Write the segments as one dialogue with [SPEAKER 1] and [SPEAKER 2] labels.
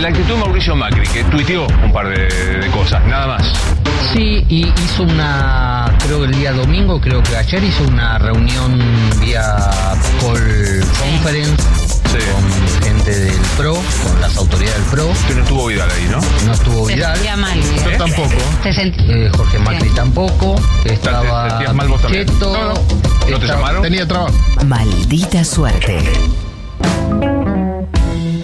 [SPEAKER 1] La actitud Mauricio Macri, que tuiteó un par de, de cosas, nada más.
[SPEAKER 2] Sí, y hizo una, creo que el día domingo, creo que ayer hizo una reunión vía call conference
[SPEAKER 1] Sí.
[SPEAKER 2] con gente del PRO, con las autoridades del PRO.
[SPEAKER 1] Que no estuvo Vidal ahí, ¿no?
[SPEAKER 2] No estuvo
[SPEAKER 3] Se
[SPEAKER 2] Vidal.
[SPEAKER 3] sentía mal.
[SPEAKER 4] Yo
[SPEAKER 3] ¿eh?
[SPEAKER 4] tampoco.
[SPEAKER 3] Se sentía.
[SPEAKER 2] eh, Jorge Macri
[SPEAKER 3] Sí.
[SPEAKER 2] tampoco. Estaba
[SPEAKER 1] te sentías mal vos también.
[SPEAKER 2] Cheto,
[SPEAKER 1] No, no. ¿No te
[SPEAKER 2] estaba-
[SPEAKER 1] llamaron?
[SPEAKER 4] Tenía trabajo.
[SPEAKER 5] Maldita suerte.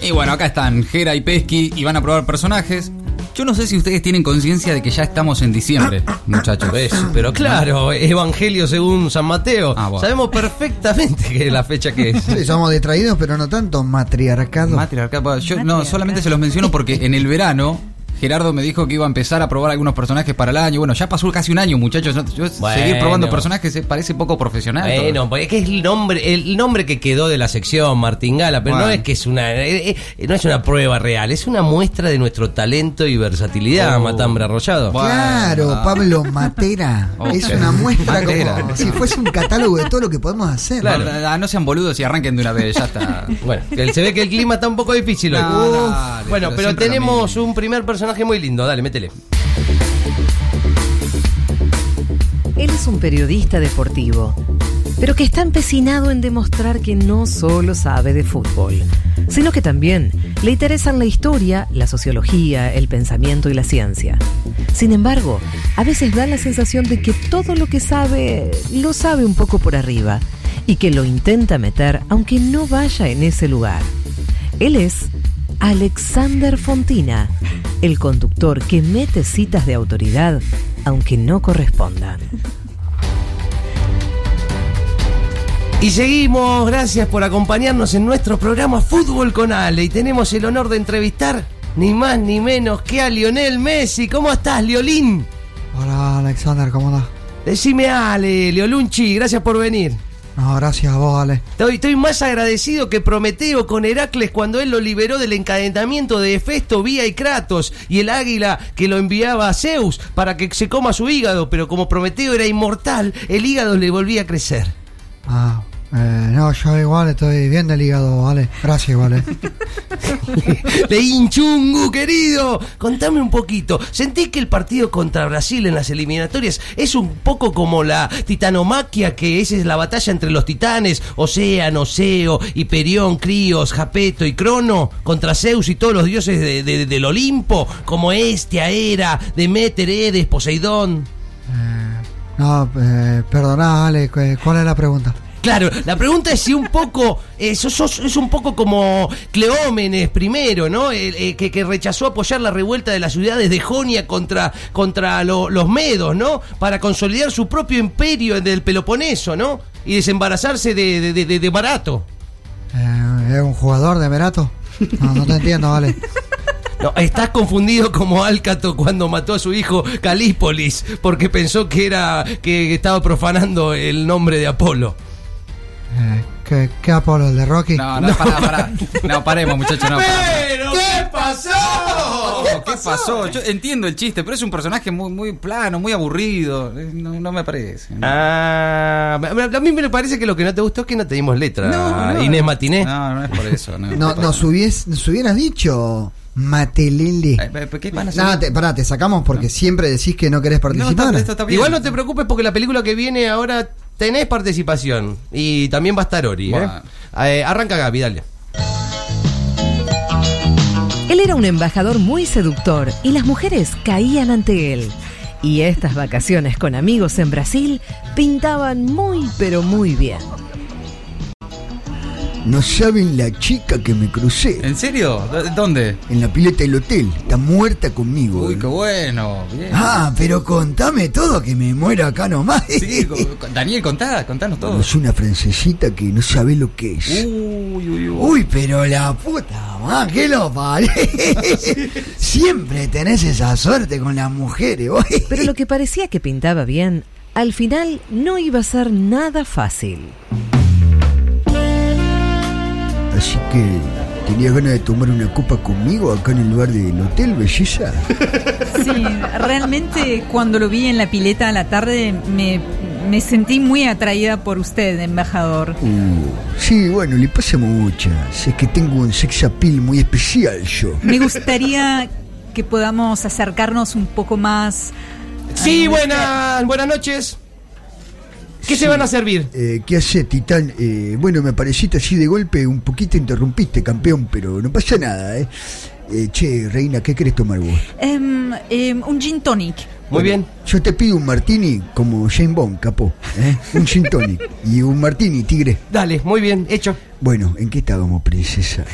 [SPEAKER 6] Y bueno, acá están Jera y Pesky y van a probar personajes. Yo no sé si ustedes tienen conciencia de que ya estamos en diciembre, muchachos.
[SPEAKER 7] ¿Ves? Pero claro, Evangelio según San Mateo.
[SPEAKER 6] Ah, bueno.
[SPEAKER 7] Sabemos perfectamente que es la fecha que es.
[SPEAKER 8] Sí, somos detraídos, pero no tanto matriarcado.
[SPEAKER 6] Matriarcado. Bueno, Yo no, solamente se los menciono porque en el verano Gerardo me dijo que iba a empezar a probar algunos personajes para el año. Bueno, ya pasó casi un año, muchachos. ¿no? Yo
[SPEAKER 7] Bueno.
[SPEAKER 6] seguir probando personajes eh, parece poco profesional.
[SPEAKER 7] Bueno, porque es que es el nombre, el nombre que quedó de la sección Martingala, pero no
[SPEAKER 6] Bueno.
[SPEAKER 7] es que es una, eh, eh, no es una prueba real, es una muestra de nuestro talento y versatilidad,
[SPEAKER 6] Oh.
[SPEAKER 7] Matambre Arrollado.
[SPEAKER 6] Bueno.
[SPEAKER 8] Claro, Pablo Matera.
[SPEAKER 6] Ok.
[SPEAKER 8] Es una muestra
[SPEAKER 7] Matera.
[SPEAKER 8] como si fuese un catálogo de todo lo que podemos hacer.
[SPEAKER 6] No, no, no sean boludos y arranquen de una vez, ya está.
[SPEAKER 7] Bueno, que se ve que el clima está un poco difícil hoy.
[SPEAKER 6] No,
[SPEAKER 7] Uf.
[SPEAKER 6] dale, pero
[SPEAKER 7] bueno, pero,
[SPEAKER 6] siempre lo
[SPEAKER 7] tenemos
[SPEAKER 6] mismo.
[SPEAKER 7] un primer personaje muy lindo, dale, métele.
[SPEAKER 5] Él es un periodista deportivo, pero que está empecinado en demostrar que no solo sabe de fútbol, sino que también le interesan la historia, la sociología, el pensamiento y la ciencia. Sin embargo, a veces da la sensación de que todo lo que sabe lo sabe un poco por arriba y que lo intenta meter aunque no vaya en ese lugar. Él es Alexander Fontina, el conductor que mete citas de autoridad aunque no correspondan.
[SPEAKER 7] Y seguimos, gracias por acompañarnos en nuestro programa Fútbol con Ale. Y tenemos el honor de entrevistar ni más ni menos que a Lionel Messi. ¿Cómo estás, Liolín?
[SPEAKER 8] Hola, Alexander, ¿cómo andás?
[SPEAKER 7] Decime Ale, Leolunchi, gracias por venir.
[SPEAKER 8] No, gracias a vos, Ale.
[SPEAKER 7] Estoy, estoy más agradecido que Prometeo con Heracles cuando él lo liberó del encadenamiento de Hefesto, Vía y Kratos y el águila que lo enviaba a Zeus para que se coma su hígado, pero como Prometeo era inmortal, el hígado le volvía a crecer.
[SPEAKER 8] Ah, eh, no, yo igual estoy bien del hígado, Ale. Gracias, eh. vale.
[SPEAKER 7] Le hinchungu, querido. Contame un poquito. ¿Sentís que el partido contra Brasil en las eliminatorias es un poco como la titanomaquia que es, es la batalla entre los titanes? Océano, Oseo, Hiperión, Críos, Japeto y Crono contra Zeus y todos los dioses de- de- del Olimpo, como Estia, Hera, Demeter, Edes, Poseidón.
[SPEAKER 8] No, eh, perdoná, Ale, cu- ¿cuál es la pregunta?
[SPEAKER 7] Claro, la pregunta es si un poco, eh, sos- sos- es un poco como Cleómenes primero, ¿no? El, eh, que, que rechazó apoyar la revuelta de las ciudades de Jonia contra, contra lo- los medos, ¿no? Para consolidar su propio imperio del Peloponeso, ¿no? Y desembarazarse de, de- de- de- de Barato.
[SPEAKER 8] Eh, ¿Es un jugador de Merato? No, no te entiendo, Ale.
[SPEAKER 7] No, estás confundido como Álcato cuando mató a su hijo Calípolis porque pensó que era que estaba profanando el nombre de Apolo.
[SPEAKER 8] Eh, ¿qué, ¿Qué Apolo, el de Rocky?
[SPEAKER 6] No, no, pará, pará. No, paremos, muchachos, no. pará.
[SPEAKER 7] Pero ¿qué pasó?
[SPEAKER 6] ¿Qué pasó? Yo entiendo el chiste, pero es un personaje muy, muy plano, muy aburrido. Eh, No, no me parece.
[SPEAKER 7] Ah, a a mí me parece que lo que no te gustó es que no te dimos letra.
[SPEAKER 6] No, no,
[SPEAKER 7] Inés Matiné.
[SPEAKER 6] No, no es por eso. No,
[SPEAKER 8] No, nos, hubies- nos hubieras dicho, Matelele.
[SPEAKER 6] Eh, eh, ¿Qué van a hacer?
[SPEAKER 8] No, te, pará, te sacamos porque siempre decís que no querés
[SPEAKER 6] No,
[SPEAKER 8] participar.
[SPEAKER 6] está- esto está bien.
[SPEAKER 7] Igual no te preocupes porque la película que viene ahora tenés participación. Y también va a estar Ori. ¿eh?
[SPEAKER 6] Bueno.
[SPEAKER 7] Eh, arranca Gaby, dale.
[SPEAKER 5] Él era un embajador muy seductor y las mujeres caían ante él. Y estas vacaciones con amigos en Brasil pintaban muy pero muy bien.
[SPEAKER 8] No saben la chica que me crucé
[SPEAKER 6] ¿En serio? ¿Dó- ¿Dónde?
[SPEAKER 8] en la pileta del hotel. Está muerta conmigo.
[SPEAKER 6] Uy, qué bueno. Bien.
[SPEAKER 8] Ah, pero contame todo que me muero acá nomás.
[SPEAKER 6] Sí, co- co- Daniel, contá, contanos todo.
[SPEAKER 8] Es una francesita que no sabe lo que es.
[SPEAKER 6] Uy, uy, uy.
[SPEAKER 8] Uy, pero la puta, man, que lo paré. Siempre tenés esa suerte con las mujeres, vos.
[SPEAKER 5] Pero lo que parecía que pintaba bien, al final no iba a ser nada fácil.
[SPEAKER 8] Así que, ¿tenías ganas de tomar una copa conmigo acá en el bar del hotel, belleza?
[SPEAKER 3] Sí, realmente cuando lo vi en la pileta a la tarde me, me sentí muy atraída por usted, embajador.
[SPEAKER 8] Uh, sí, bueno, le pasa mucho. Es que tengo un sex appeal muy especial yo.
[SPEAKER 3] Me gustaría que podamos acercarnos un poco más.
[SPEAKER 7] Sí, buenas, buenas noches. ¿Qué se van a servir?
[SPEAKER 8] Eh, ¿Qué hace, Titán? Eh, bueno, me apareciste así de golpe, un poquito interrumpiste, campeón, pero no pasa nada, ¿eh? Eh, che, Reina, ¿qué querés tomar vos?
[SPEAKER 3] Em, em, un gin tonic.
[SPEAKER 7] Muy
[SPEAKER 8] Bueno,
[SPEAKER 7] bien.
[SPEAKER 8] Yo te pido un martini como Jane Bond, capó. ¿eh? Un gin tonic y un martini, tigre.
[SPEAKER 7] Dale, muy bien, hecho.
[SPEAKER 8] Bueno, ¿en qué estábamos, princesa?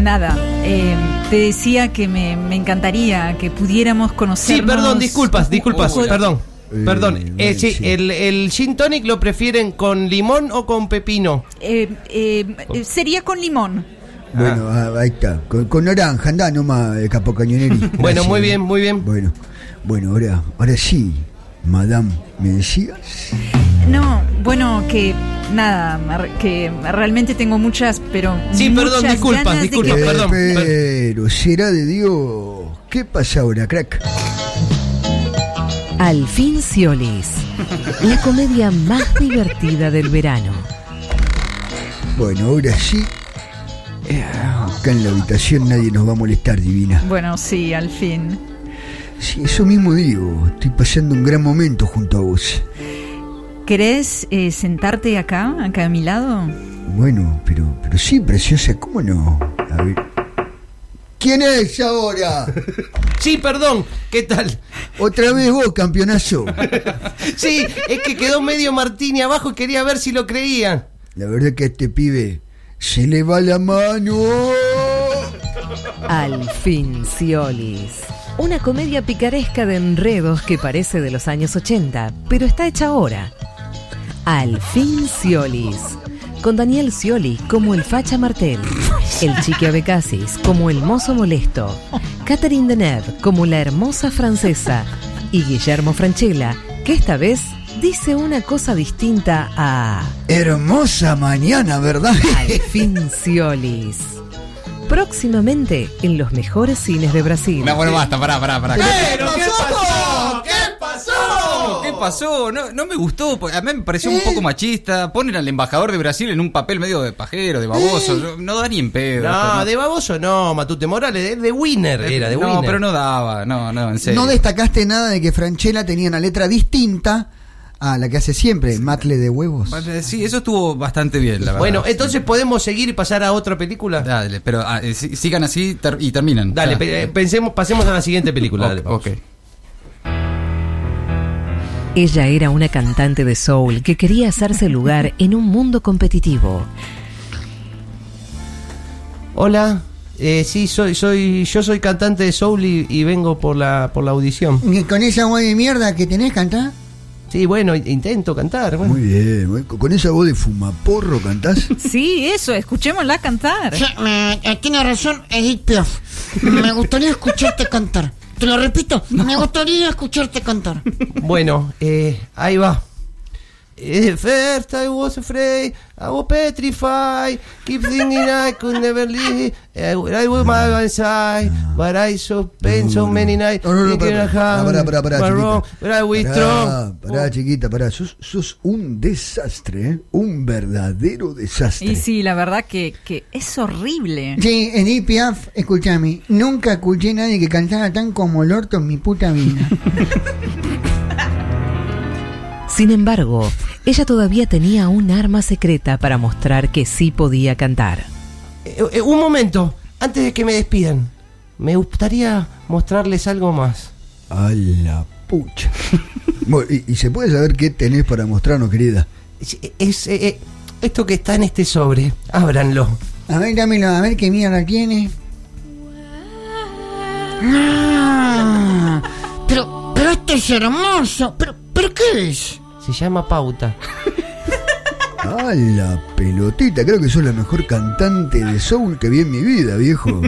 [SPEAKER 3] Nada. em, te decía que me, me encantaría que pudiéramos conocer.
[SPEAKER 7] Sí, perdón, disculpas, disculpas,
[SPEAKER 3] Uy.
[SPEAKER 7] perdón.
[SPEAKER 8] Eh,
[SPEAKER 7] Perdón, Eh,
[SPEAKER 8] bueno,
[SPEAKER 7] sí,
[SPEAKER 8] sí.
[SPEAKER 7] el, el gin tonic lo prefieren con limón o con pepino.
[SPEAKER 3] Em, sería con limón.
[SPEAKER 8] Bueno, ah, ahí está. Con, con naranja, andá nomás, eh, capo cañoneri.
[SPEAKER 7] Bueno,
[SPEAKER 8] Gracias,
[SPEAKER 7] muy
[SPEAKER 8] eh.
[SPEAKER 7] bien, muy bien.
[SPEAKER 8] Bueno, bueno, ahora, ahora sí, madame, ¿me decías?
[SPEAKER 3] No, bueno, que nada, mar- que realmente tengo muchas, pero.
[SPEAKER 7] Sí, perdón,
[SPEAKER 3] muchas
[SPEAKER 7] disculpas,
[SPEAKER 3] ganas de que-
[SPEAKER 7] disculpas,
[SPEAKER 8] Eh,
[SPEAKER 7] perdón, perdón.
[SPEAKER 8] Pero será de Dios. ¿Qué pasa ahora, crack?
[SPEAKER 5] Al fin Ciolis, la comedia más divertida del verano.
[SPEAKER 8] Bueno, ahora sí. Eh, Acá en la habitación nadie nos va a molestar, divina.
[SPEAKER 3] Bueno, sí, al fin.
[SPEAKER 8] Sí, eso mismo digo. Estoy pasando un gran momento junto a vos.
[SPEAKER 3] ¿Querés eh, sentarte acá, acá a mi lado?
[SPEAKER 8] Bueno, pero, pero sí, preciosa, ¿cómo no? A ver. ¿Quién es ahora?
[SPEAKER 7] Sí, perdón, ¿qué tal?
[SPEAKER 8] Otra vez vos, campeonazo.
[SPEAKER 7] Sí, es que quedó medio Martini abajo y quería ver si lo creían.
[SPEAKER 8] La verdad que a este pibe se le va la mano.
[SPEAKER 5] Al fin Ciolis, una comedia picaresca de enredos que parece de los años 80, pero está hecha ahora. Al fin Ciolis, con Daniel Scioli como el facha Martel, el chique Abecasis como el mozo molesto, Catherine Deneuve como la hermosa francesa y Guillermo Franchella, que esta vez dice una cosa distinta a...
[SPEAKER 8] Hermosa mañana, ¿verdad?
[SPEAKER 5] Al fin Ciolis. Próximamente en los mejores cines de Brasil.
[SPEAKER 6] No, bueno, basta, pará, pará, pará.
[SPEAKER 7] ¿Pero qué pasó? ¿Qué pasó?
[SPEAKER 6] ¿Qué pasó? No, no me gustó. porque A mí me pareció un poco machista. Ponen al embajador de Brasil en un papel medio de pajero, de baboso. No, no da ni en pedo.
[SPEAKER 7] No, de baboso no, Matute Morales, de, de Winner era, de
[SPEAKER 6] Eh, no,
[SPEAKER 7] Winner.
[SPEAKER 6] pero no daba. No, no, en serio.
[SPEAKER 4] No destacaste nada de que Franchella tenía una letra distinta a la que hace siempre, matle de huevos.
[SPEAKER 6] Sí, eso estuvo bastante bien, la verdad.
[SPEAKER 7] Bueno, entonces podemos seguir y pasar a otra película. Dale,
[SPEAKER 6] Dale, pero ah, eh, si- sigan así ter- y terminan. Ah.
[SPEAKER 7] pe- eh, pensemos, pasemos a la siguiente película. dale, vamos.
[SPEAKER 6] Ok.
[SPEAKER 5] Ella era una cantante de soul que quería hacerse lugar en un mundo competitivo.
[SPEAKER 7] Hola, eh, sí, soy, soy, yo soy cantante de soul y, y vengo por la, por la audición.
[SPEAKER 4] Ni con esa voz de mierda que tenés, cantá.
[SPEAKER 7] Sí, bueno, in- intento cantar. bueno.
[SPEAKER 8] Muy bien, muy- con esa voz de fumaporro cantás.
[SPEAKER 3] Sí, eso, escuchémosla cantar.
[SPEAKER 4] Sí, me- eh, tiene razón Edith Piaf. Me gustaría escucharte cantar. Te lo repito, me gustaría escucharte cantar.
[SPEAKER 7] Bueno, eh, ahí va. Eh, First I was afraid, I was petrified, keep thinking I could never leave, I, I was my inside, but I so pain so many nights,
[SPEAKER 8] Ah. No, no, no,
[SPEAKER 7] thinking
[SPEAKER 8] pará,
[SPEAKER 7] I
[SPEAKER 8] pará,
[SPEAKER 7] have
[SPEAKER 8] pará, pará, pará,
[SPEAKER 7] my wrong,
[SPEAKER 8] chiquita.
[SPEAKER 7] but I was
[SPEAKER 8] Pará,
[SPEAKER 7] strong. Oh.
[SPEAKER 8] pará, chiquita, pará. Sos, sos un desastre, ¿eh? Un verdadero desastre.
[SPEAKER 3] Y sí, la verdad que, que es horrible.
[SPEAKER 4] Sí, Edith Piaf, escúchame. Nunca escuché a nadie que cantara tan como el orto en mi puta vida.
[SPEAKER 5] Sin embargo, ella todavía tenía un arma secreta para mostrar que sí podía cantar.
[SPEAKER 7] Eh, eh, un momento, antes de que me despidan, me gustaría mostrarles algo más.
[SPEAKER 8] A la pucha. Bueno, y, y se puede saber qué tenés para mostrarnos, querida?
[SPEAKER 7] Es, es, eh, eh, esto que está en este sobre, ábranlo.
[SPEAKER 4] A ver, dámelo, a ver qué mierda tiene. Ah, pero, pero esto es hermoso. Pero, pero ¿qué es?
[SPEAKER 7] Se llama pauta.
[SPEAKER 8] A la pelotita. Creo que sos la mejor cantante de soul que vi en mi vida, viejo.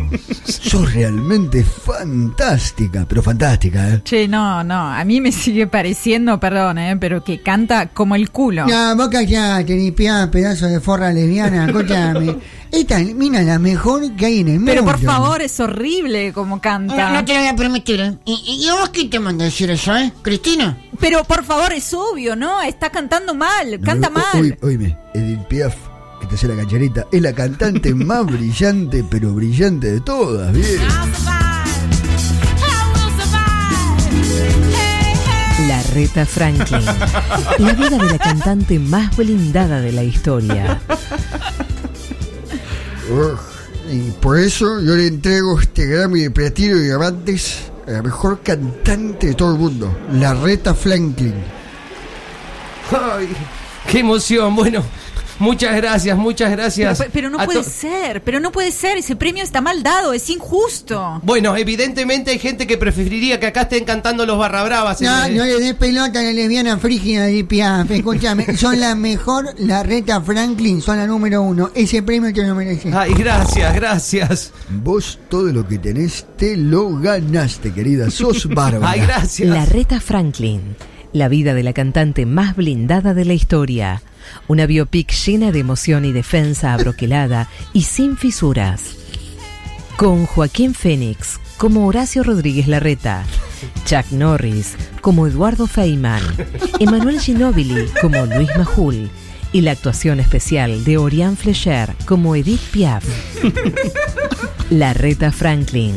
[SPEAKER 8] Sos realmente fantástica, pero fantástica, ¿eh?
[SPEAKER 3] Che, no, no, a mí me sigue pareciendo, perdón, eh, pero que canta como el culo.
[SPEAKER 4] Ya, vos callate, ni piá, pedazo de forra lesbiana, escúchame. Esta mina es la mejor que hay en el mundo.
[SPEAKER 3] Pero por favor, es horrible como
[SPEAKER 4] No,
[SPEAKER 3] canta.
[SPEAKER 4] no te lo voy a permitir, ¿eh? ¿Y, y- y a vos quién te manda a decir eso, eh? ¿Cristina?
[SPEAKER 3] pero por favor, es obvio, ¿no? Está cantando mal, canta
[SPEAKER 8] No,
[SPEAKER 3] mal.
[SPEAKER 8] o- oí- Oíme, Edith Piaf, que te hace la cancherita, es la cantante más brillante, pero brillante de todas, bien.
[SPEAKER 5] La Reta Franklin. La vida de la cantante más blindada de la historia.
[SPEAKER 8] Ugh, Y por eso yo le entrego este Grammy de Platino y Diamantes a la mejor cantante de todo el mundo, la Reta Franklin.
[SPEAKER 7] Ay, qué emoción. Bueno, muchas gracias, muchas
[SPEAKER 3] Pero,
[SPEAKER 7] gracias.
[SPEAKER 3] pero no
[SPEAKER 7] a
[SPEAKER 3] puede
[SPEAKER 7] to-
[SPEAKER 3] ser, pero no puede ser, ese premio está mal dado, es injusto.
[SPEAKER 7] Bueno, evidentemente hay gente que preferiría que acá estén cantando los barra bravas.
[SPEAKER 4] No,
[SPEAKER 7] Eh,
[SPEAKER 4] no le des pelota a la lesbiana frígida de Piaf. Escúchame, son la mejor, la reta Franklin, son la número uno. Ese premio te lo mereces.
[SPEAKER 7] Ay, gracias, gracias.
[SPEAKER 8] Vos todo lo que tenés te lo ganaste, querida, sos bárbara.
[SPEAKER 7] Ay, gracias.
[SPEAKER 5] La Reta Franklin. La vida de la cantante más blindada de la historia. Una biopic llena de emoción y defensa abroquelada y sin fisuras. Con Joaquín Fénix como Horacio Rodríguez Larreta, Chuck Norris como Eduardo Feynman, Emanuel Ginóbili como Luis Majul y la actuación especial de Orián Flecher como Edith Piaf. La Reta Franklin.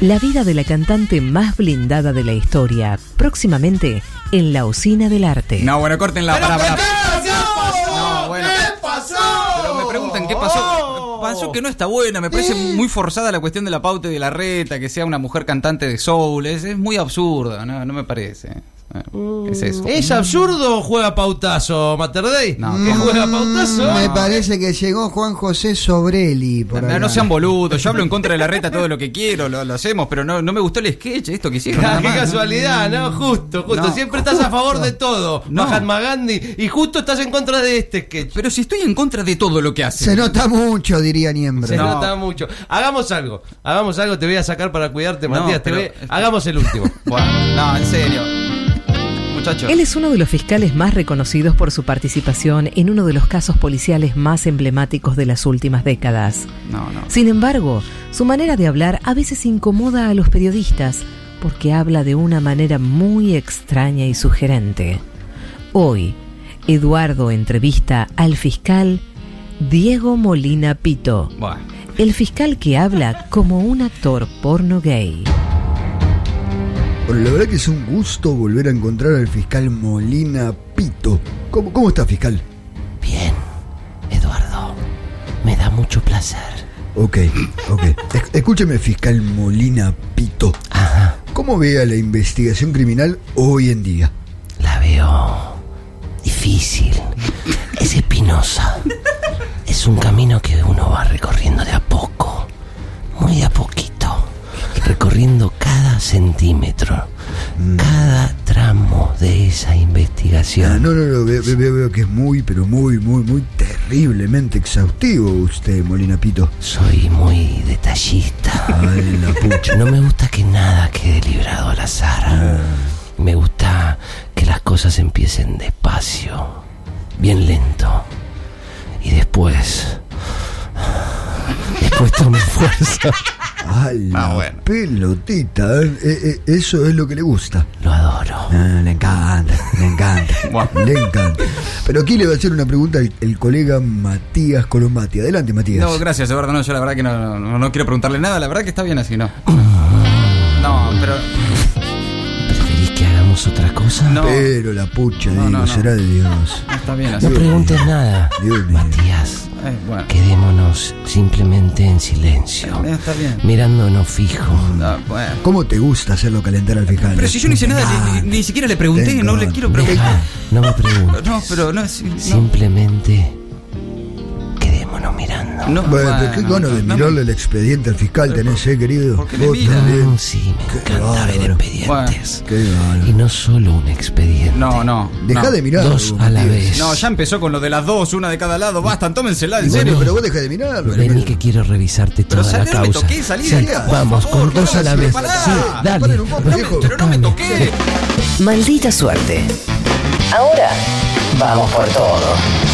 [SPEAKER 5] La vida de la cantante más blindada de la historia, próximamente en la usina del arte.
[SPEAKER 6] No, bueno, córtenla, para, para.
[SPEAKER 7] pasó?
[SPEAKER 6] No, bueno.
[SPEAKER 7] ¿Qué pasó? Oh.
[SPEAKER 6] Pero me preguntan qué pasó. Pasó que no está buena, me parece muy forzada la cuestión de la pauta y de la reta, que sea una mujer cantante de soul, es, es muy absurdo, no, no me parece. Bueno, Es eso.
[SPEAKER 7] Uh. ¿Es absurdo o juega pautazo, Materdey?
[SPEAKER 6] No,
[SPEAKER 7] ¿Que
[SPEAKER 6] no.
[SPEAKER 7] juega pautazo?
[SPEAKER 4] Me parece que llegó Juan José Sobrelli. Por
[SPEAKER 6] No,
[SPEAKER 4] acá.
[SPEAKER 6] no sean boludos, yo hablo en contra de la reta todo lo que quiero, lo, lo hacemos, pero no, no me gustó el sketch, esto que hicieron. nada
[SPEAKER 7] Ah, qué
[SPEAKER 6] más.
[SPEAKER 7] casualidad, ¿no? Justo, justo.
[SPEAKER 6] No,
[SPEAKER 7] Siempre estás a favor de todo,
[SPEAKER 6] No.
[SPEAKER 7] Mahatma Gandhi, y justo estás en contra de este sketch.
[SPEAKER 6] Pero si estoy en contra de todo lo que hacen.
[SPEAKER 8] Se nota mucho, diría
[SPEAKER 7] Se
[SPEAKER 8] Niembro.
[SPEAKER 6] No.
[SPEAKER 7] nota mucho. Hagamos algo, hagamos algo, te voy a sacar para cuidarte,
[SPEAKER 6] No,
[SPEAKER 7] Matías. te
[SPEAKER 6] pero-
[SPEAKER 7] voy- Hagamos el último.
[SPEAKER 6] Bueno, no, en serio. Muchachos.
[SPEAKER 5] Él es uno de los fiscales más reconocidos por su participación en uno de los casos policiales más emblemáticos de las últimas décadas.
[SPEAKER 6] No, no.
[SPEAKER 5] Sin embargo, su manera de hablar a veces incomoda a los periodistas porque habla de una manera muy extraña y sugerente. Hoy, Eduardo entrevista al fiscal Diego Molina Pito,
[SPEAKER 6] Bueno.
[SPEAKER 5] el fiscal que habla como un actor porno gay.
[SPEAKER 8] Bueno, la verdad que es un gusto volver a encontrar al fiscal Molina Pito. ¿Cómo, cómo está, fiscal?
[SPEAKER 7] Bien, Eduardo, me da mucho placer.
[SPEAKER 8] Ok, ok. Es- escúcheme, fiscal Molina Pito. ¿Cómo ve a la investigación criminal hoy en día?
[SPEAKER 7] La veo difícil. Es espinosa. Es un camino que uno va recorriendo de a poco. Muy de a poquito. Recorriendo cada centímetro. Cada tramo de esa
[SPEAKER 8] Ah,
[SPEAKER 7] investigación.
[SPEAKER 8] no, no, no, veo, veo- veo que es muy, pero muy, muy, muy terriblemente exhaustivo usted, Molina Pito.
[SPEAKER 7] Soy muy detallista.
[SPEAKER 8] Ay, la pucha.
[SPEAKER 7] No me gusta que nada quede librado al
[SPEAKER 8] Ah.
[SPEAKER 7] azar. Me gusta que las cosas empiecen despacio, bien lento. Y después. Después tomen fuerza.
[SPEAKER 8] Ay, la
[SPEAKER 6] Ah,
[SPEAKER 8] pelotita. Eh, eh, eso es lo que le gusta.
[SPEAKER 7] Lo adoro.
[SPEAKER 8] Ah, le encanta, le encanta.
[SPEAKER 6] Bueno.
[SPEAKER 8] le encanta. Pero aquí le va a hacer una pregunta el, el colega Matías Colombati. Adelante, Matías.
[SPEAKER 6] No, gracias, Eduardo. No, yo la verdad que no, no, no quiero preguntarle nada. La verdad que está bien así, ¿no? No, pero.
[SPEAKER 7] ¿Preferís que hagamos otra cosa?
[SPEAKER 6] No, no
[SPEAKER 8] Pero la pucha,
[SPEAKER 6] No,
[SPEAKER 8] digo,
[SPEAKER 6] no, no.
[SPEAKER 8] será de Dios.
[SPEAKER 6] está bien así.
[SPEAKER 7] No preguntes nada,
[SPEAKER 8] Dios mío.
[SPEAKER 7] Matías.
[SPEAKER 6] Eh, bueno.
[SPEAKER 7] Quedémonos simplemente en silencio,
[SPEAKER 6] Eh, está bien.
[SPEAKER 7] mirándonos fijo.
[SPEAKER 6] No, bueno.
[SPEAKER 8] ¿Cómo te gusta hacerlo calentar al fiscal?
[SPEAKER 6] Pero si yo no hice nada, ni,
[SPEAKER 8] Ah,
[SPEAKER 6] ni- ni siquiera le pregunté, no le quiero
[SPEAKER 7] Deja,
[SPEAKER 6] preguntar.
[SPEAKER 7] no me preguntes.
[SPEAKER 6] No, pero no es. No,
[SPEAKER 7] Simplemente quedémonos mirando.
[SPEAKER 6] no,
[SPEAKER 8] Bueno, pero qué
[SPEAKER 6] bueno,
[SPEAKER 8] gano de
[SPEAKER 6] no,
[SPEAKER 8] mirarle el expediente al fiscal tenés, eh, querido.
[SPEAKER 6] ¿por qué me
[SPEAKER 8] Vos
[SPEAKER 6] mira?
[SPEAKER 8] también.
[SPEAKER 7] Mm, Sí, me
[SPEAKER 8] Qué
[SPEAKER 7] encanta ver
[SPEAKER 8] bárbaro.
[SPEAKER 7] expedientes.
[SPEAKER 8] Qué bárbaro.
[SPEAKER 7] Y no solo un expediente.
[SPEAKER 6] No, no.
[SPEAKER 8] Dejá
[SPEAKER 6] no.
[SPEAKER 8] de mirarlo.
[SPEAKER 7] Dos a la
[SPEAKER 8] Matías.
[SPEAKER 7] vez.
[SPEAKER 6] No, ya empezó con lo de las dos, una de cada lado. Bastan, tómensela, en
[SPEAKER 8] Bueno,
[SPEAKER 6] serio.
[SPEAKER 8] pero vos dejá de mirarlo.
[SPEAKER 7] Vení que quiero revisarte
[SPEAKER 6] Pues Pero
[SPEAKER 7] toda la
[SPEAKER 6] salí, no me
[SPEAKER 7] causa.
[SPEAKER 6] toqué, salí de
[SPEAKER 7] Sí,
[SPEAKER 6] acá, por
[SPEAKER 7] vamos,
[SPEAKER 6] favor,
[SPEAKER 7] con dos a la
[SPEAKER 6] pará,
[SPEAKER 7] vez.
[SPEAKER 6] pará.
[SPEAKER 7] Sí, dale.
[SPEAKER 8] Paren un poco, viejo.
[SPEAKER 6] Pero no me toqué.
[SPEAKER 5] Maldita suerte. Ahora, vamos por todo.